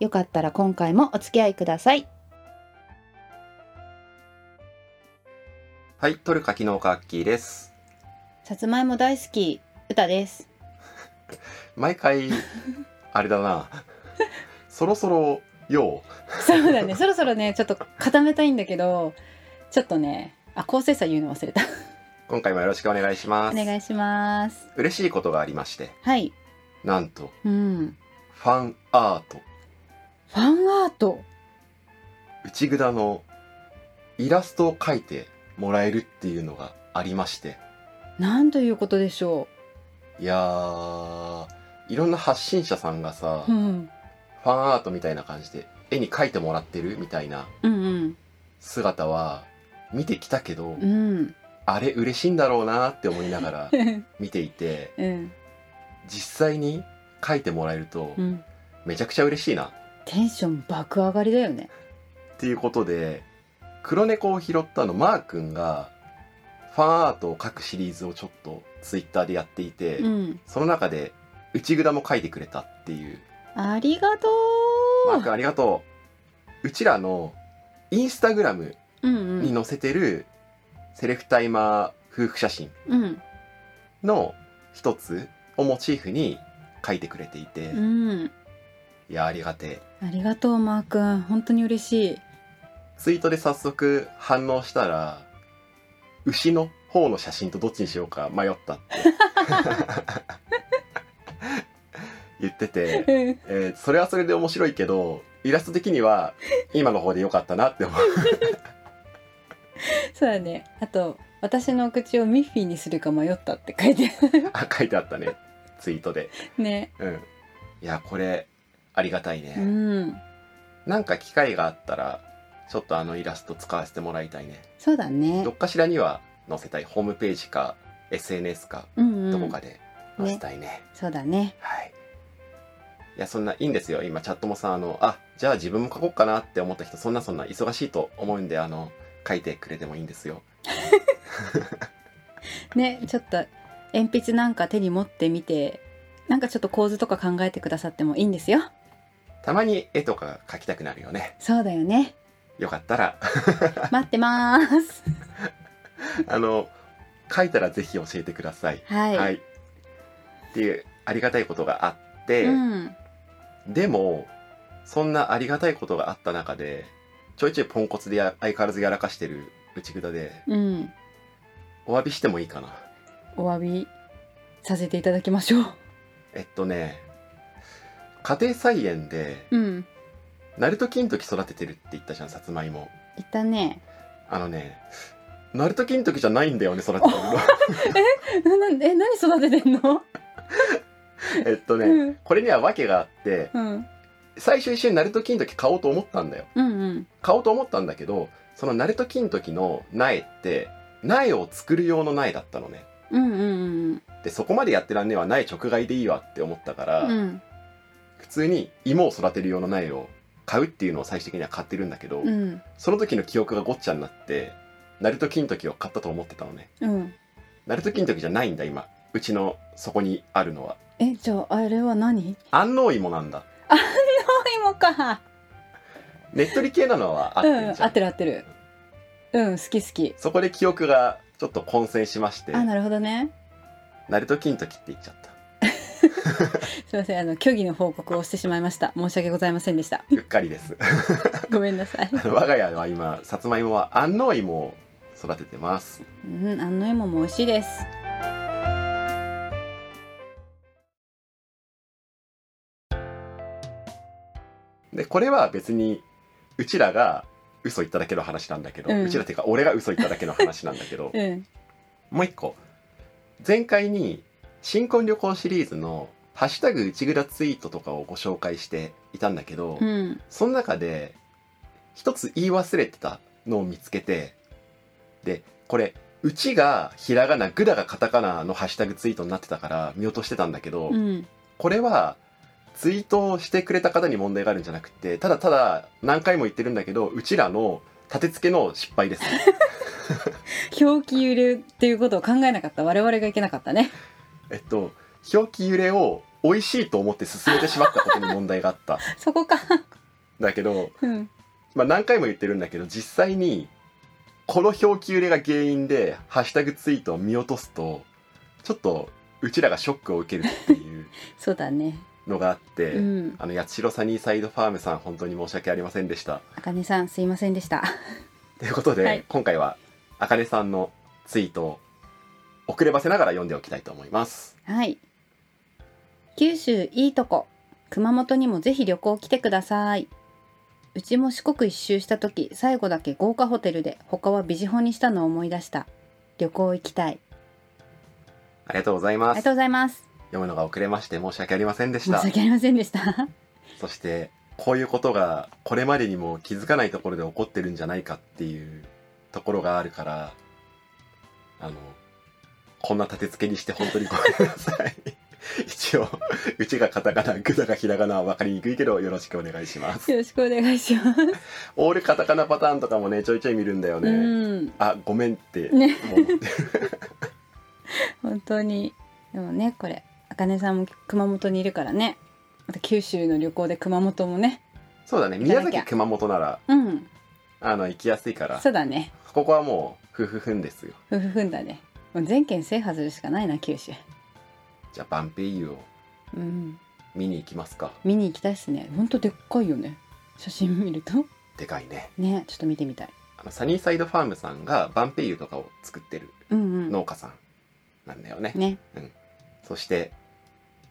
よかったら今回もお付き合いくださいはいトルカキノカアッキーですさつまいも大好き歌です毎回 あれだなそろそろよそうだねそろそろねちょっと固めたいんだけどちょっとねあ構成差言うの忘れたう今回もよろしくお願いしまおす願いします嬉しいことがありましてはいなんとうんファンアートファンアート内ぐだのイラストを描いてもらえるっていうのがありましてなんということでしょいやーいろんな発信者さんがさ、フう、うん、ァンアートみたいな感じで絵に描いてもらってるみたいなうん姿は見てきたけど、うんうんあれ嬉しいんだろうなって思いながら見ていて うん実際に書いてもらえるとうんめちゃくちゃ嬉しいなテンション爆上がりだよねっていうことで黒猫を拾ったのマー君がファンアートを描くシリーズをちょっとツイッターでやっていて、うんその中で内札も書いてくれたっていうありがとマーう君ありがとううちらのインスタグラムうんうにん載せてるセレクタイマー夫婦写真うんの一つをモチーフに書いてくれていて、うんいやありがてえありがとうマー君本当に嬉しいツイートで早速反応したら牛の方の写真とどっちにしようか迷ったって 言ってて、うんえーそれはそれで面白いけどイラスト的には今の方で良かったなって思う そうだねあと私の口をミッフィーにするか迷ったって書いてあるあ書いてあったねツイートで、ねうん、いやこれありがたいね、うんなんか機会があったらちょっとあのイラスト使わせてもらいたいねそうだねどっかしらには載せたいホームページか SNS かうんうどこんかで載せたいね、そうだねはい。いや、そんな、いいんですよ。今、チャットもさん、あの、あ、じゃあ自分も書こうかなって思った人、そんなそんな忙しいと思うんで、あの、書いてくれてもいいんですよ。ねちょっと鉛筆なんか手に持ってみてなんかちょっと構図とか考えてくださってもいいんですよたまに絵とか描きたくなるよね。そうだ よねよかった ら、待ってまーすあの、書いたらぜひ教えてください。はい、はい。っていう、ありがたいことがあって、うんでも、そんなありがたいことがあった中で、ちょいちょいポンコツでや相変わらずやらかしてる内札で、うんお詫びしてもいいかな。お詫びさせていただきましょうえっとね、家庭菜園で、うんナルト金時育ててるって言ったじゃん、さつまいも。いったねあのね、ナルト金時じゃないんだよね、育てて なんえ何育ててんの、る の。えっとうね、んこれには訳があって、うん最初一緒にナルト金時買おうと思ったんだよ。うんうん買おうと思ったんだけど、そのナルト金時の苗って、苗を作る用の苗だったのね。うんうんで、そこまでやってらんねえわ、苗直買いでいいわって思ったから、うんうん普通に芋を育てる用の苗を買うっていうのを最終的には買ってるんだけど、うんその時の記憶がごっちゃになって、ナルト金時を買ったと思ってたのね。うんナルト金時じゃないんだ今うちのそこにあるのはえじゃああれは何安納芋なんだお芋かねっとり系なのは合あっうてんるじゃ合ん、ってる合ってるうん好き好きそこで記憶がちょっと混戦しましてあなるほどねナルト金時って言っちゃったすいませんあの虚偽の報告をしてしまいました申し訳ございませんで したうっかりですごめんなさい我が家は今さつまいもは安納芋を育ててますうんあの芋も美味しいですでこれは別にうちらが嘘言っただけの話なんだけど、ううんちらっていうか俺が嘘言っただけの話なんだけどうんもう一個前回に新婚旅行シリーズのハッシュタグうちぐらツイートとかをご紹介していたんだけど、うんその中で一つ言い忘れてたのを見つけてでこれうちがひらがなぐだがカタカナのハッシュタグツイートになってたから見落としてたんだけど、うんこれはツイートをしてくれた方に問題があるんじゃなくてただただ何回も言ってるんだけどうちらの立て付けの失 敗です表記揺れっていうことを考えなかった我々がいけなかったねえっと表記揺れを美味しいと思って進めてしまったことに問題があったんそこかだけどうんまあ、何回も言ってるんだけど実際にこの表記揺れが原因でハッシュタグツイートを見落とすとちょっとうちらがショックを受けるっていうそうだねのがあって、うんあの八代サニーサイドファームさん本当に申し訳ありませんでした。あかねさんすいませんでしたということで、はい今回はあかねさんのツイートを遅ればせながら読んでおきたいと思います。はい九州いいとこ熊本にもぜひ旅行来てくださいうちも四国一周した時最後だけ豪華ホテルで他はビジホにしたのを思い出した旅行行きたいありがとうございあまりす。がとうございます読むのが遅れまして申し訳ありませんでし申たし。訳ありませ んでしたそしてこういうことがこれまでにも気づかないところで起こってるんじゃないかっていうところがあるからあのこんな立て付けにして本当にごめんなさ い一応うちがカタカナグダがひらがなは分かりにくいけどよろしくお願いしますよろしくお願いします、オールカタカナパターンとかもねちょいちょい見るんだよね、うんあごめんってねもう思 って本当にでもねこれあかねさんも熊本にいるからねまた九州の旅行で熊本もねそうだね行か宮なきゃ崎熊本ならうんあの行きやすいからそうだねここはもうふふふんですよふふふんだねもう全県制覇するしかないな九州じゃあバンペイユをうん見に行きますか見に行きたいっすねほんとでっかいよね写真見るとでかいねねちょっと見てみたいあのサニーサイドファームさんがバンペイユとかを作ってるうんうん農家さんなんだよね、ねそして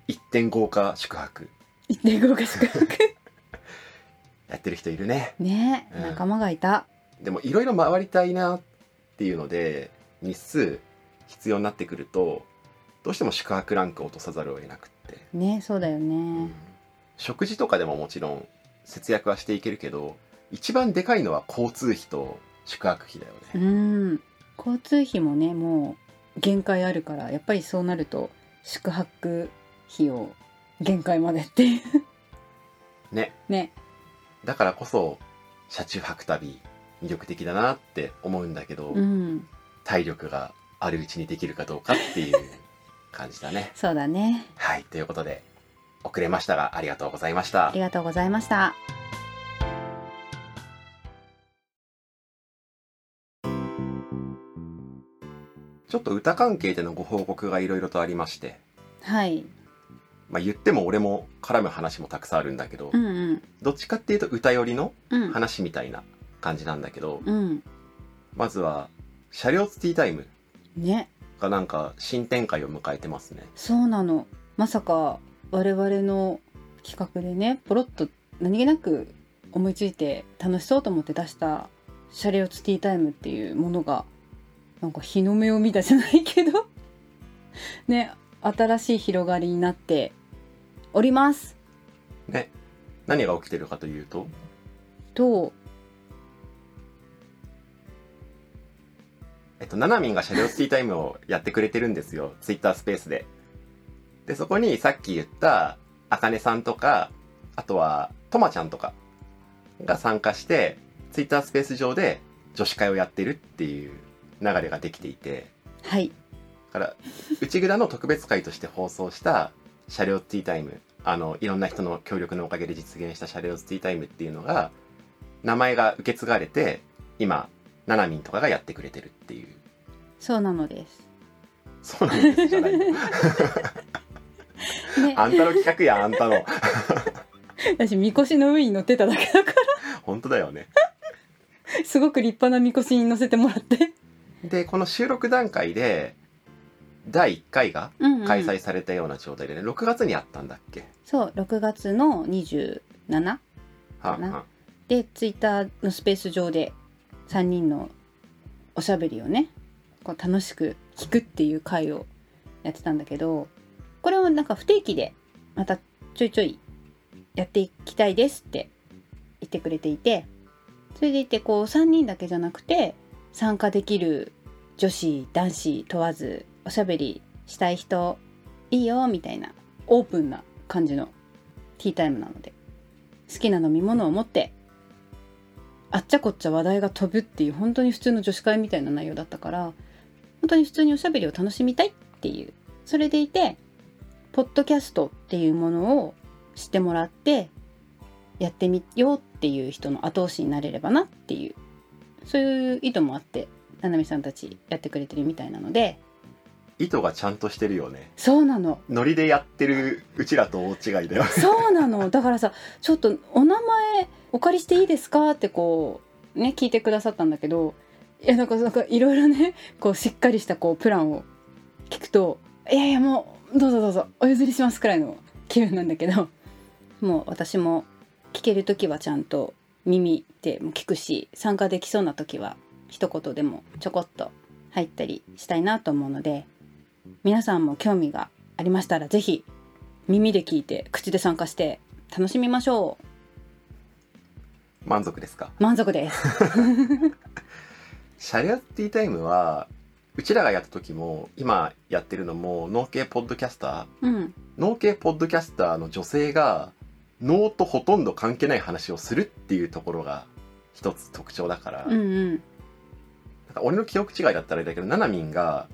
一点豪華宿泊行っていこうかしか やってる人いるねねうん仲間がいたでもいろいろ回りたいなっていうので日数必要になってくるとどうしても宿泊ランクを落とさざるを得なくって、ねそうだようんね食事とかでももちろん節約はしていけるけど一番でかいのは交通費と宿泊費だようね、ん交通費もねもう限界あるからやっぱりそうなると宿泊費を限界までっていうねねだからこそ車中泊旅魅力的だなって思うんだけど、うん。体力があるうちにできるかどうかっていう感じだねそうだねはいということで遅れましたがありがとうございましあたり。がとうございましたちょっと歌関係でのご報告がいろいろとありまして、はいまあ、言っても俺も絡む話もたくさんあるんだけど、うんうんどっちかっていうと歌寄りのうん話みたいな感じなんだけど、うんまずは車両ツティータイムねがなんか新展開を迎えてますね。そうなのまさか我々の企画でねポロッと何気なく思いついて楽しそうと思って出した「シャレオツティータイム」っていうものがなんか日の目を見たじゃないけど ね新しい広がりになっておりますね、何が起きてるかというととえっと、ななみんが車両シティタイムをやってくれてるんですよ。ツイッタースペースで。で、そこにさっき言った、あかねさんとか、あとは、とまちゃんとかが参加して、ツイッタースペース上で女子会をやってるっていう流れができていて、はいだから、内蔵の特別会として放送した車両ティータイム、あの、いろんな人の協力のおかげで実現した車両ティータイムっていうのが、名前が受け継がれて、今、ななみんとかがやってくれてるっていう。そうなの です。そうなんですじゃない のね、あんたの企画やあんたの私みこしの上に乗ってただけだか本当だよねらすごく立派なみこしに乗せてもらって、でこの収録段階で第1回がうんうん開催されたような状態でね、6月にあったんだっけそう6月の27はんはなんでツイッターのスペース上で3人のおしゃべりをねこう楽しく聞くっていう回をやってたんだけどこれをなんか不定期でまたちょいちょいやっていきたいですって言ってくれていてそれでいてこう3人だけじゃなくて参加できる女子男子問わずおしゃべりしたい人いいよみたいなオープンな感じのティータイムなので好きな飲み物を持ってあっちゃこっちゃ話題が飛ぶっていう本当に普通の女子会みたいな内容だったから本当に普通におしゃべりを楽しみたいっていうそれでいてポッドキャストっていうものを知ってもらってやってみようっていう人の後押しになれればなっていうそういう意図もあってななみさんたちやってくれてるみたいなので意図がちゃんとしてるよねそうなのノリでやってるうちらと大違いだよ そうなのだからさちょっとお名前お借りしていいですかってこうね聞いてくださったんだけどいやなんかなんかいろいろねこうしっかりしたこうプランを聞くといやいやもうどうぞどうぞお譲りしますくらいの気分なんだけどもう私も聞ける時はちゃんと耳でも聞くし参加できそうな時は一言でもちょこっと入ったりしたいなと思うので皆さんも興味がありましたらぜひ耳で聞いて口で参加して楽しみましょう満足ですか満足 です。シャレアティータイムはうちらがやった時も今やってるのも農系ポッドキャスタうん、ー農系ポッドキャスターの女性が脳とほとんど関係ない話をするっていうところが一つ特徴だから、うん、うん、なんか俺の記憶違いだったらあれだけどななみんが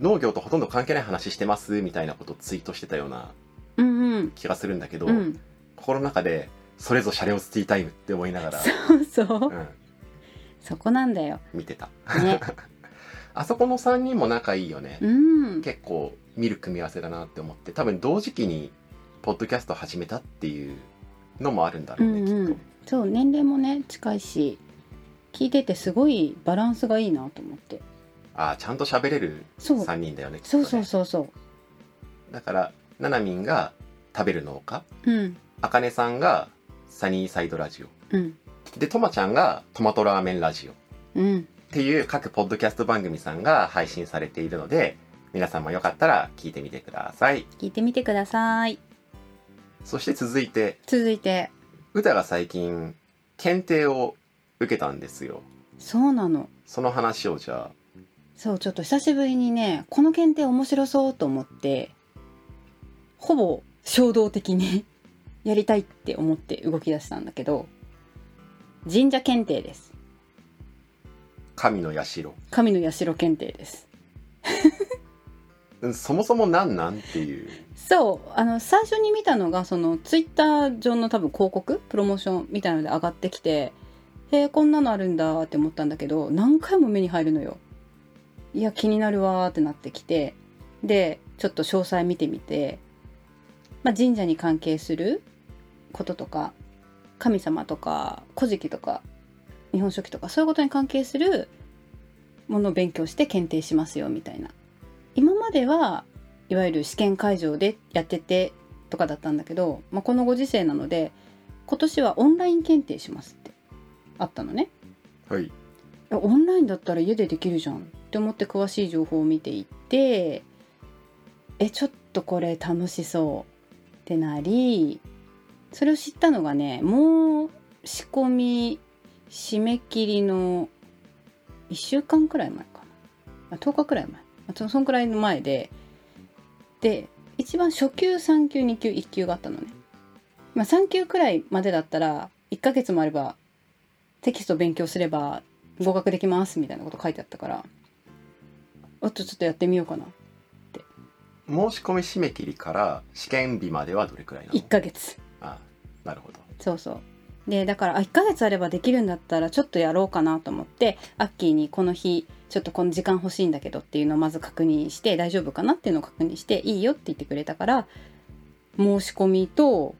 農業とほとんど関係ない話してますみたいなことをツイートしてたようなうん、うん、気がするんだけど、うん、心の中でそれぞシャレオスティータイムって思いながら、そう そうう、ん、そこなんだよ。見てた ね、あそこの3人も仲いいよね、うん、結構見る組み合わせだなって思って多分同時期にポッドキャスト始めたっていうのもあるんだろうね、うんうんきっそう年齢もね近いし聞いててすごいバランスがいいなと思ってとああちゃんと喋れるそう3人だよねきっとそねうそうそうそだからななみんが食べる農家ううんあかねさんがサニーサイドラジオうんでとまちゃんがトマトラーメンラジオっうんていう各ポッドキャスト番組さんが配信されているので皆さんもよかったら聞いてみてください聞いてみてくださいそして続いて続いて歌が最近検定を受けたんですよそうなのその話をじゃあそうちょっと久しぶりにねこの検定面白そうと思ってほぼ衝動的に やりたいって思って動き出したんだけど神社検定です神の社神の社検定ですうんそもそもなんなんっていうそうあの最初に見たのがそのツイッター上の多分広告プロモーションみたいなので上がってきてへえこんなのあるんだって思ったんだけど何回も目に入るのよいや気になるわーってなってきてでちょっと詳細見てみて、まあ、神社に関係することとか神様とか古事記とか日本書紀とかそういうことに関係するものを勉強して検定しますよみたいな今まではいわゆる試験会場でやっててとかだったんだけど、まあ、このご時世なので今年はオンライン検定しますってあったのねはいえオンラインだったら家でできるじゃんって思って詳しい情報を見ていってえちょっとこれ楽しそうってなりそれを知ったのがねもう仕込み締め切りの1週間くらい前かなあ10日くらい前まあそそんくらいの前でで一番初級3級2級1級があったのね、まあ、3級くらいまでだったら1ヶ月もあればテキスト勉強すれば合格できますみたいなこと書いてあったからおっとちょっとやってみようかな申し込み締め切りから試験日まではどれくらいなの1ヶ月あなるほどそうそうでだからあ1ヶ月あればできるんだったらちょっとやろうかなと思ってアッキーにこの日ちょっとこの時間欲しいんだけどっていうのをまず確認して大丈夫かなっていうのを確認していいよって言ってくれたから申し込みと,、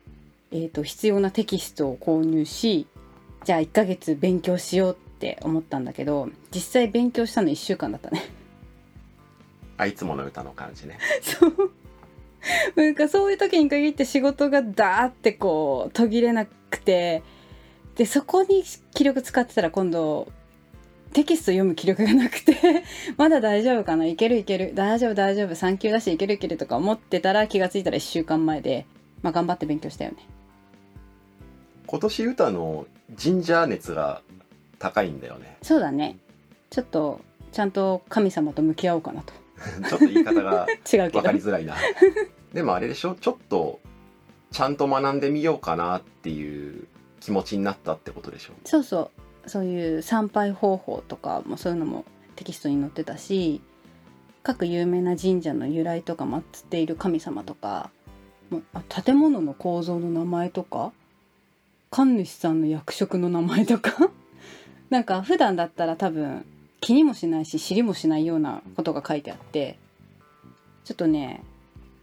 えー、と必要なテキストを購入しじゃあ1ヶ月勉強しようって思ったんだけど実際勉強したの1週間だったねあいつもの歌の感じねそう なんかそういう時に限って仕事がダーってこう途切れなくてでそこに気力使ってたら今度テキスト読む気力がなくて まだ大丈夫かないけるいける大丈夫大丈夫3級だしいけるいけるとか思ってたら気がついたら1週間前で、まあ、頑張って勉強したよね今年歌の神社熱が高いんだよね そうだねちょっとちゃんと神様と向き合おうかなとちょっと言い方が違うけ分かどりづらいなでもあれでしょちょっとちゃんと学んでみようかなっていう気持ちになったってことでしょそうそうそういう参拝方法とかもそういうのもテキストに載ってたし各有名な神社の由来とか祀っている神様とかもうあ建物の構造の名前とか神主さんの役職の名前とか なんか普段だったら多分気にもしないし知りもしないようなことが書いてあってちょっとね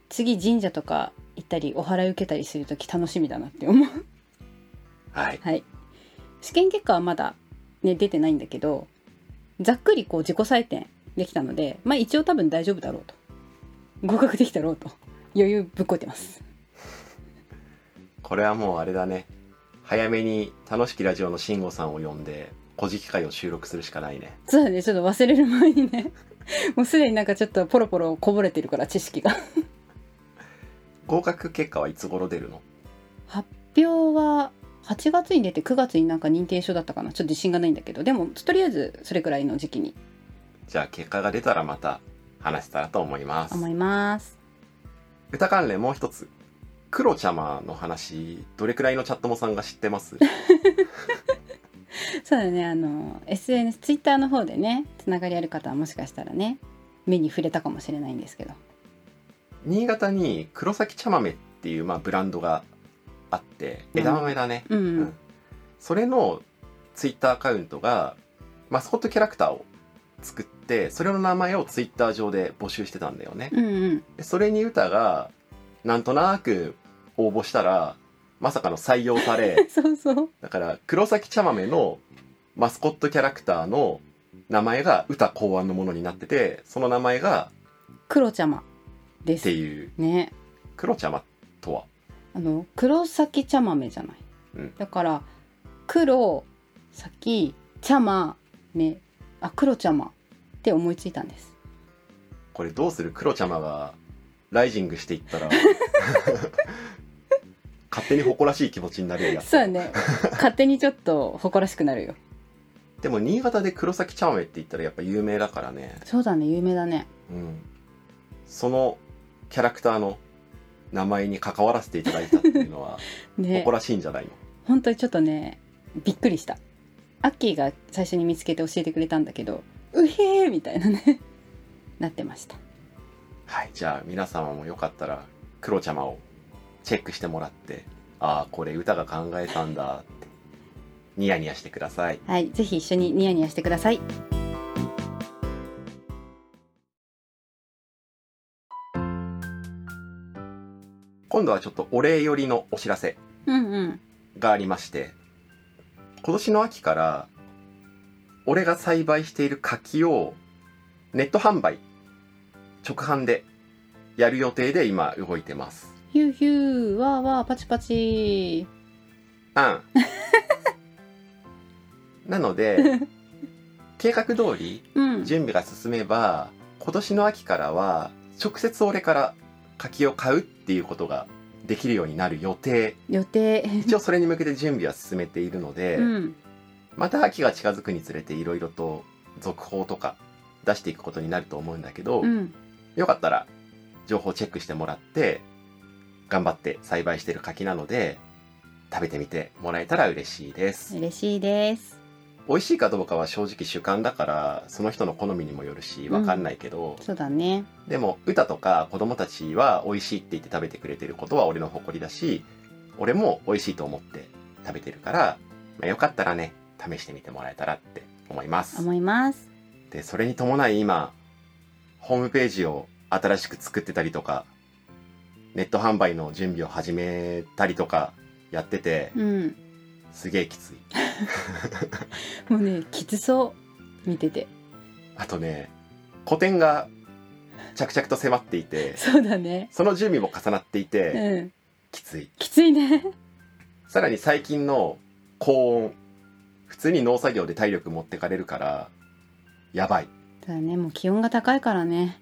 次神社とか行ったりお祓い受けたりする時楽しみだなって思うはいはい、試験結果はまだ、ね、出てないんだけどざっくりこう自己採点できたので、まあ、一応多分大丈夫だろうと合格できたろうと余裕ぶっこいてますこれはもうあれだね早めに楽しきラジオの慎吾さんを呼んで「古事記会」を収録するしかないねそうだねちょっと忘れる前にね もうすでになんかちょっとポロポロこぼれてるから知識が合格結果はいつ頃出るの発表は8月に出て9月になんか認定証だったかなちょっと自信がないんだけどでもとりあえずそれくらいの時期にじゃあ結果が出たらまた話せたらと思います思います歌関連もう一つクロちゃまの話どれくらいのチャットモさんが知ってます そうだねあの SNS ツイッターの方でねつながりある方はもしかしたらね目に触れたかもしれないんですけど新潟に黒崎茶豆っていうまあブランドがあってうん枝豆だね、うん、うんそれのツイッターアカウントがマスコットキャラクターを作ってそれの名前をツイッター上で募集してたんだよね、うんうんでそれに歌がなんとなく応募したらまさかの採用さ れそうそうだから黒崎茶豆のマスコットキャラクターの名前が歌考案のものになっててその名前が黒ちゃまでってすいうね黒茶まとはあの黒崎茶豆じゃない、うんだから黒崎茶豆あ黒茶まって思いついたんですこれどうする黒茶まがライジングしていったら勝手に誇らしい気持ちになるやつそうだ ね勝手にちょっと誇らしくなるよでも新潟で黒崎茶豆って言ったらやっぱ有名だからねそうだね有名だねうん、そのキャラクターの名前に関わらせていただいたっていうのはね誇らしいんじゃないの、本当にちょっとねびっくりしたアッキーが最初に見つけて教えてくれたんだけど「うへー!」みたいなね なってましたはい、じゃあ皆様もよかったら黒ちゃまをチェックしてもらってああこれ歌が考えたんだってニヤニヤしてくださいはいぜひ一緒にニヤニヤしてください今度はちょっとお礼寄りのお知らせうんうんがありまして今年の秋から俺が栽培している柿をネット販売直販でやる予定で今動いてますヒューヒューわーわーパチパチ うん。なので、計画通りうん準備が進めば、今年の秋からは、直接俺から柿を買うっていうことができるようになる予定。予定一応それに向けて準備は進めているので、うんまた秋が近づくにつれていろいろと続報とか出していくことになると思うんだけど、うんよかったら情報チェックしてもらって、頑張って栽培してる柿なので、食べてみてもらえたら嬉しいです。嬉しいです美味しいかどうかは正直主観だからその人の好みにもよるしうんわかんないけど、そうだねでも歌とか子供たちは美味しいって言って食べてくれてることは俺の誇りだし俺も美味しいと思って食べてるから、まあ、よかったらね試してみてもらえたらって思います思いますでそれに伴い今ホームページを新しく作ってたりとかネット販売の準備を始めたりとかやっててうんすげえきついもうねきつそう見ててあとね個展が着々と迫っていてそうだねその準備も重なっていて、うんきついきついねさらに最近の高温普通に農作業で体力持ってかれるからやばいただねもう気温が高いからね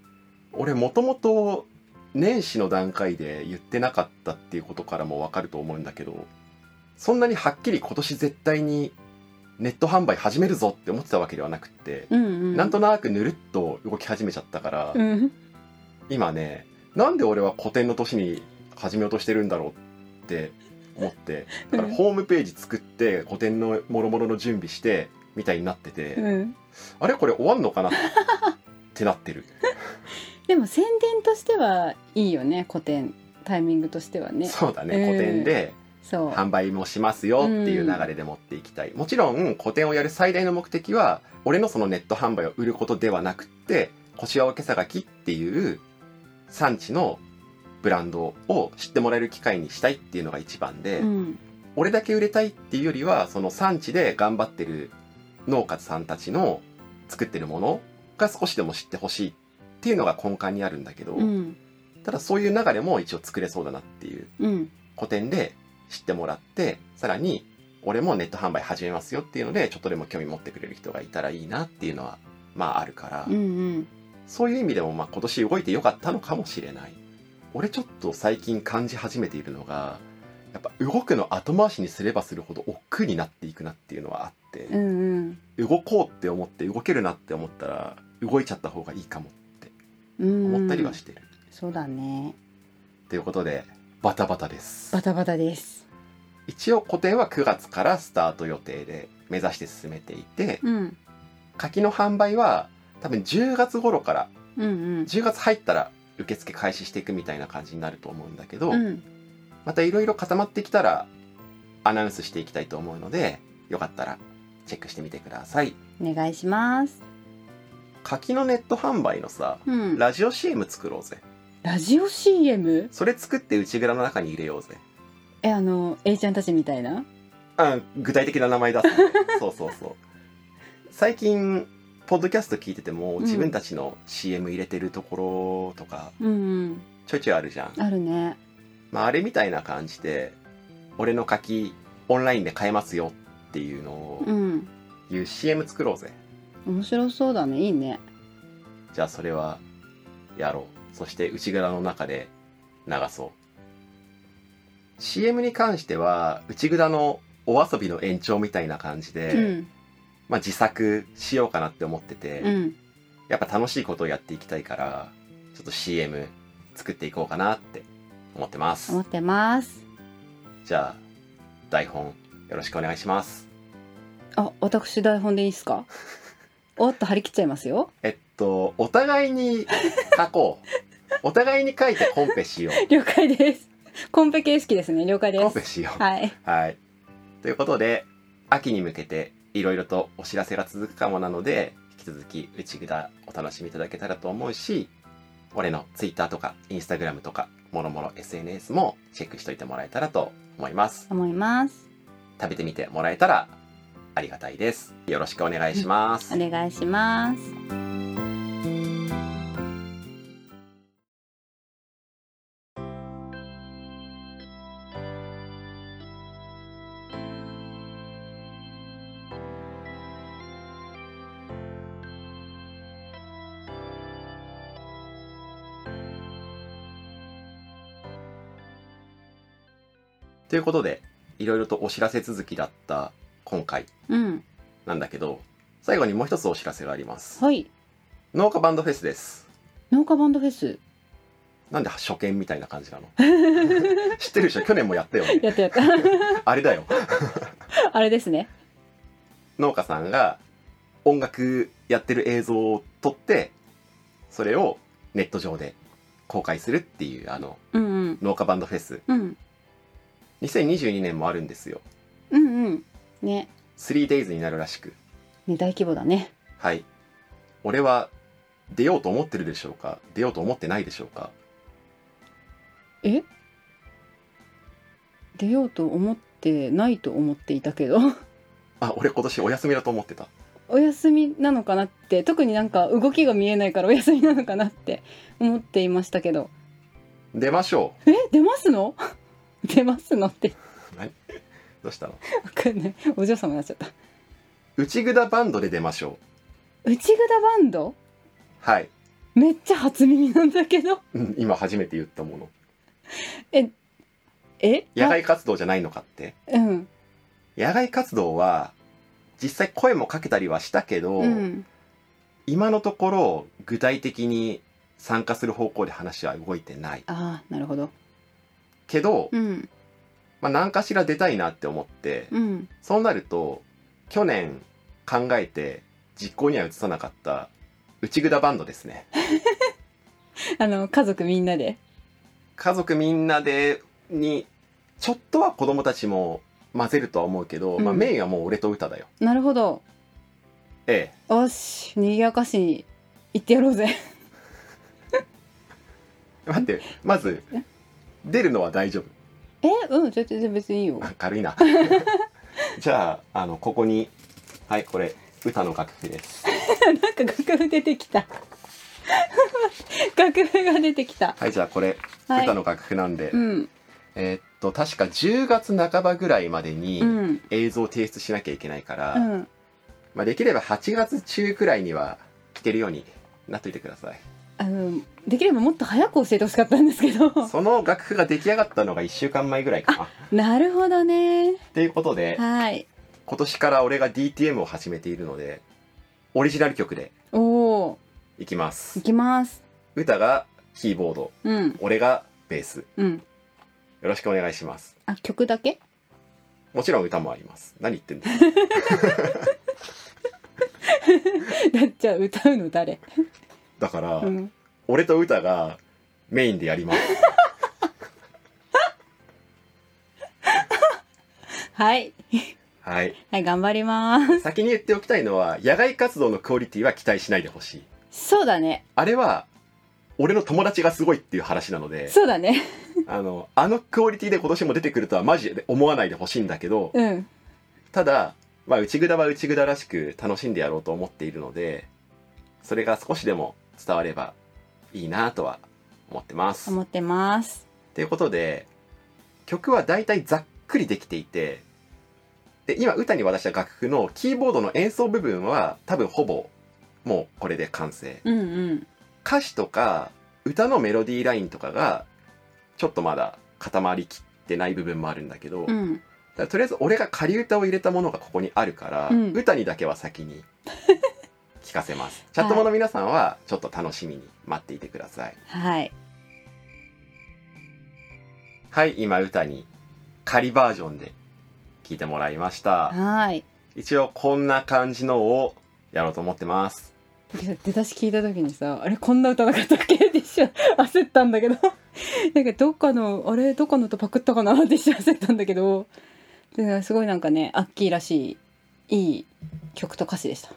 俺もともと年始の段階で言ってなかったっていうことからもわかると思うんだけどそんなにはっきり今年絶対にネット販売始めるぞって思ってたわけではなくって、うんうんなんとなくぬるっと動き始めちゃったから、うん今ねなんで俺は古典の年に始めようとしてるんだろうって思ってだからうんホームページ作って古典のもろもろの準備してみたいになってて、うんあれこれ終わんのかなってなってるでも宣伝としてはいいよね古典タイミングとしては ねそうだね、うん古典でそう販売もしますよっていう流れで持っていきたい、もちろん古典をやる最大の目的は俺のそのネット販売を売ることではなくって腰わけさがきっていう産地のブランドを知ってもらえる機会にしたいっていうのが一番で、うん俺だけ売れたいっていうよりはその産地で頑張ってる農家さんたちの作ってるものが少しでも知ってほしいっていうのが根幹にあるんだけど、うんただそういう流れも一応作れそうだなっていううん古典で知ってもらってさらに俺もネット販売始めますよっていうのでちょっとでも興味持ってくれる人がいたらいいなっていうのはまああるから、うんうんそういう意味でもまあ今年動いてよかったのかもしれない俺ちょっと最近感じ始めているのがやっぱ動くの後回しにすればするほど億劫になっていくなっていうのはあって、うんうん動こうって思って動けるなって思ったら動いちゃった方がいいかもってうん思ったりはしてる、そうだねということでバタバタですバタバタです一応古典は9月からスタート予定で目指して進めていてうん柿の販売は多分10月頃からうんうん10月入ったら受付開始していくみたいな感じになると思うんだけど、うんまたいろいろ固まってきたらアナウンスしていきたいと思うのでよかったらチェックしてみてくださいお願いします柿のネット販売のさうんララジオ CM 作ろうぜジオ CM それ作って内蔵の中に入れようぜえあの A ちゃんたちみたいなあ具体的な名前出すね そうそうそう最近ポッドキャスト聞いててもん自分たちの CM 入れてるところとかうんちょいちょいあるじゃん、うんあるねまあ、あれみたいな感じで俺の柿オンラインで買えますよっていうのをうんいう CM 作ろうぜ面白そうだねいいねじゃあそれはやろうそして内蔵の中で流そう CM に関しては内蔵のお遊びの延長みたいな感じで、うんまあ、自作しようかなって思ってて、うんやっぱ楽しいことをやっていきたいからちょっと CM 作っていこうかなって思ってます、思ってますじゃあ台本よろしくお願いしますあ私台本でいいです かおっと張り切っちゃいますよえっとお互いに書こうお互いに書いてコンペし よう了解ですコンペ形式ですね了解でコンすペしようはいはい。ということで、秋に向けていろいろとお知らせが続くかもなので、引き続き内札お楽しみいただけたらと思うし、俺の Twitter とか Instagram とか、もろもろ SNS もチェックしといてもらえたらと思います。思います食べてみてもらえたらありがたいです。よろしくお願いしますお。願いしますということで、いろいろとお知らせ続きだった今回うんなんだけど、最後にもう一つお知らせがあります。はい農家バンドフェスです。農家バンドフェスなんで初見みたいな感じなの 知ってるでしょ去年もやったよね。やったやった あれだよ。あれですね農家さんが音楽やってる映像を撮って、それをネット上で公開するっていう、あの、うんうん農家バンドフェス。うん2022年もあるんですよ。うんうんね 3days になるらしく。ね大規模だねはい。俺は出ようと思ってるでしょうか出ようと思ってないでしょうかえ出ようと思ってないと思っていたけど あ、俺今年お休みだと思ってた。お休みなのかなって特になんか動きが見えないからお休みなのかなって思っていましたけど出ましょえ出ますの 出ますのってう。どうしたのわかんないお嬢様になっちゃった内ぐだバンドで出ましょう。内蔵バンドはい、めっちゃ初耳なんだけどうん今初めて言ったものえ野外活動じゃないのかってうん野外活動は実際声もかけたりはしたけど、うん今のところ具体的に参加する方向で話は動いてないああなるほどけど、うんまあ、何かしら出たいなって思って、うんそうなると去年考えて実行には移さなかった内蔵バンドですねあの家族みんなで家族みんなでにちょっとは子供たちも混ぜるとは思うけど、まあ、うんメインはもう俺と歌だよ、なるほどええよし賑やかしに行ってやろうぜ待ってまず出るのは大丈夫えうん全然別にいいよあ 軽いなじゃああのここにはいこれ歌の楽譜です なんか楽譜出てきた 楽譜が出てきたはいじゃあこれ、はい歌の楽譜なんで、うんえーっと確か10月半ばぐらいまでにうん映像を提出しなきゃいけないから、うんまあ、できれば8月中くらいには来てるようになっといてくださいあのできればもっと早く教えてほしかったんですけどその楽譜が出来上がったのが1週間前ぐらいかななるほどねということではい今年から俺が DTM を始めているのでオリジナル曲でおおいきまいすきます歌がキーボードうん俺がベースようんろしくお願いしますあ曲だけもちろん歌もあります何言って んだだっちゃあ歌うの誰だから、うん俺と歌がメインでやりますはいはいはい頑張ります先に言っておきたいのは野外活動のクオリティは期待しないでほしいそうだねあれは俺の友達がすごいっていう話なのでそうだねあのあのクオリティで今年も出てくるとはマジで思わないでほしいんだけどうんただ、まあ、内ぐだは内ぐだらしく楽しんでやろうと思っているのでそれが少しでも伝わればいいなとは思ってます。思ってますということで曲は大体ざっくりできていてで今歌に渡した楽譜のキーボードの演奏部分は多分ほぼもうこれで完成うんうん歌詞とか歌のメロディーラインとかがちょっとまだ固まりきってない部分もあるんだけど、うんだからとりあえず俺が仮歌を入れたものがここにあるから、うん歌にだけは先に聞かせますチャットもの皆さんはちょっと楽しみに待っていてくださいはいはい今歌に仮バージョンで聞いてもらいましたはい一応こんな感じのをやろうと思ってます出だし聞いた時にさあれこんな歌なかったっけって一瞬 焦ったんだけど なんかどっかのあれどっかの歌パクったかなって一瞬焦ったんだけどですごいなんかねアッキーらしいいい曲と歌詞でした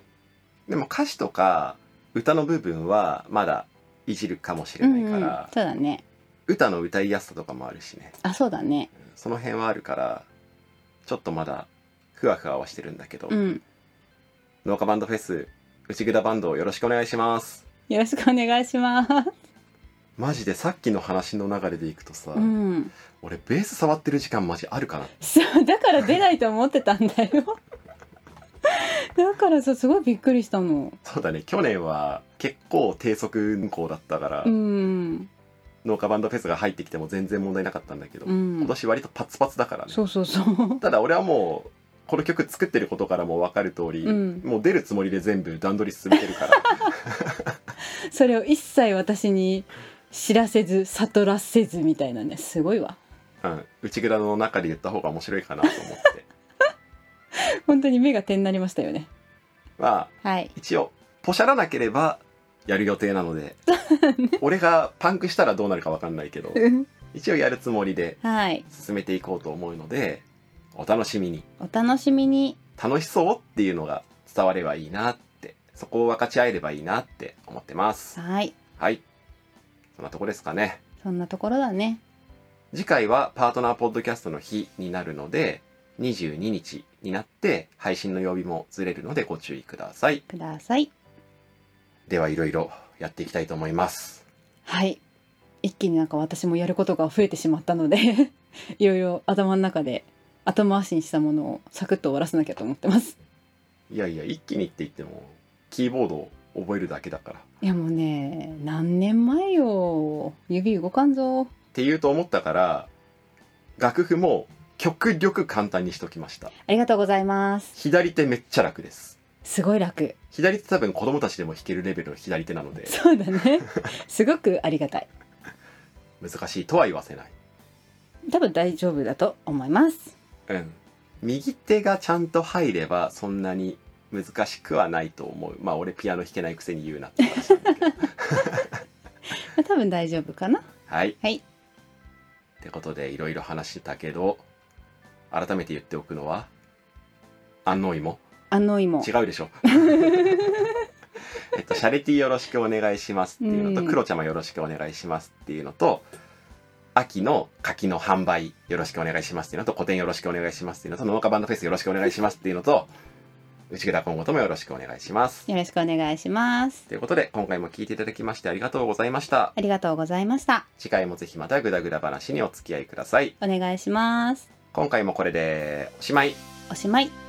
でも歌詞とか歌の部分はまだいじるかもしれうなんいうんかそうら、だね歌の歌いやすさとかもあるしねあそうだねその辺はあるからちょっとまだふわふわはしてるんだけど、うん農家バンドフェス内ぐだバンドよろしくお願いしますよろしくお願いしますマジでさっきの話の流れでいくとさ、うん俺ベース触ってる時間マジあるかなそうだから出ないと思ってたんだよ だからさすごいびっくりしたのそうだね去年は結構低速運行だったから、うん農家バンドフェスが入ってきても全然問題なかったんだけど、うん今年割とパツパツだからねそうそうそうただ俺はもうこの曲作ってることからも分かる通り、うんもう出るつもりで全部段取り進めてるから それを一切私に知らせず悟らせずみたいなねすごいわ うん、内蔵の中で言った方が面白いかなと思って。本当に目が点になりましたよねまあ、はい一応、ポシャらなければやる予定なので、俺がパンクしたらどうなるかわかんないけど、一応やるつもりではい進めていこうと思うので、お楽しみに。お楽しみに楽しそうっていうのが伝わればいいなって、そこを分かち合えればいいなって思ってます。はいはい。そんなとこですかね。そんなところだね次回はパートナーポッドキャストの日になるので、22日になって配信の曜日もずれるのでご注意ください。くださいではいろいろやっていきたいと思います。はい一気になんか私もやることが増えてしまったので いろいろ頭の中で後回しにしたものをサクッと終わらせなきゃと思ってますいやいや、一気にって言っても、キーボードを覚えるだけだから。っいやもうね何年前よ指動かんぞていうと思ったから楽譜も極力簡単にしときました。ありがとうございます左手めっちゃ楽です。すごい楽左手多分子供たちでも弾けるレベルの左手なのでそうだねすごくありがたい難しいとは言わせない。多分大丈夫だと思いますうん、右手がちゃんと入ればそんなに難しくはないと思うまあ俺ピアノ弾けないくせに言うなって話 なんだけどまあ多分大丈夫かなはい、はいってことでいろいろ話してたけど改めて言っておくのは安納芋あの芋違うで しょえっとシャレティよろしくお願いしますっていうのうとんクロちゃまよろしくお願いしますっていうのと秋の柿の販売よろしくお願いしますっていうのと個展よろしくお願いしますっていうのと農家版のフェスよろしくお願いしますっていうのと内桁今後ともよろしくお願いしますよろしくお願いしますということで今回も聞いていただきましてありがとうございましたありがとうございました次回もぜひまたグダグダ話にお付き合いくださいお願いします今回もこれでおしまいおしまい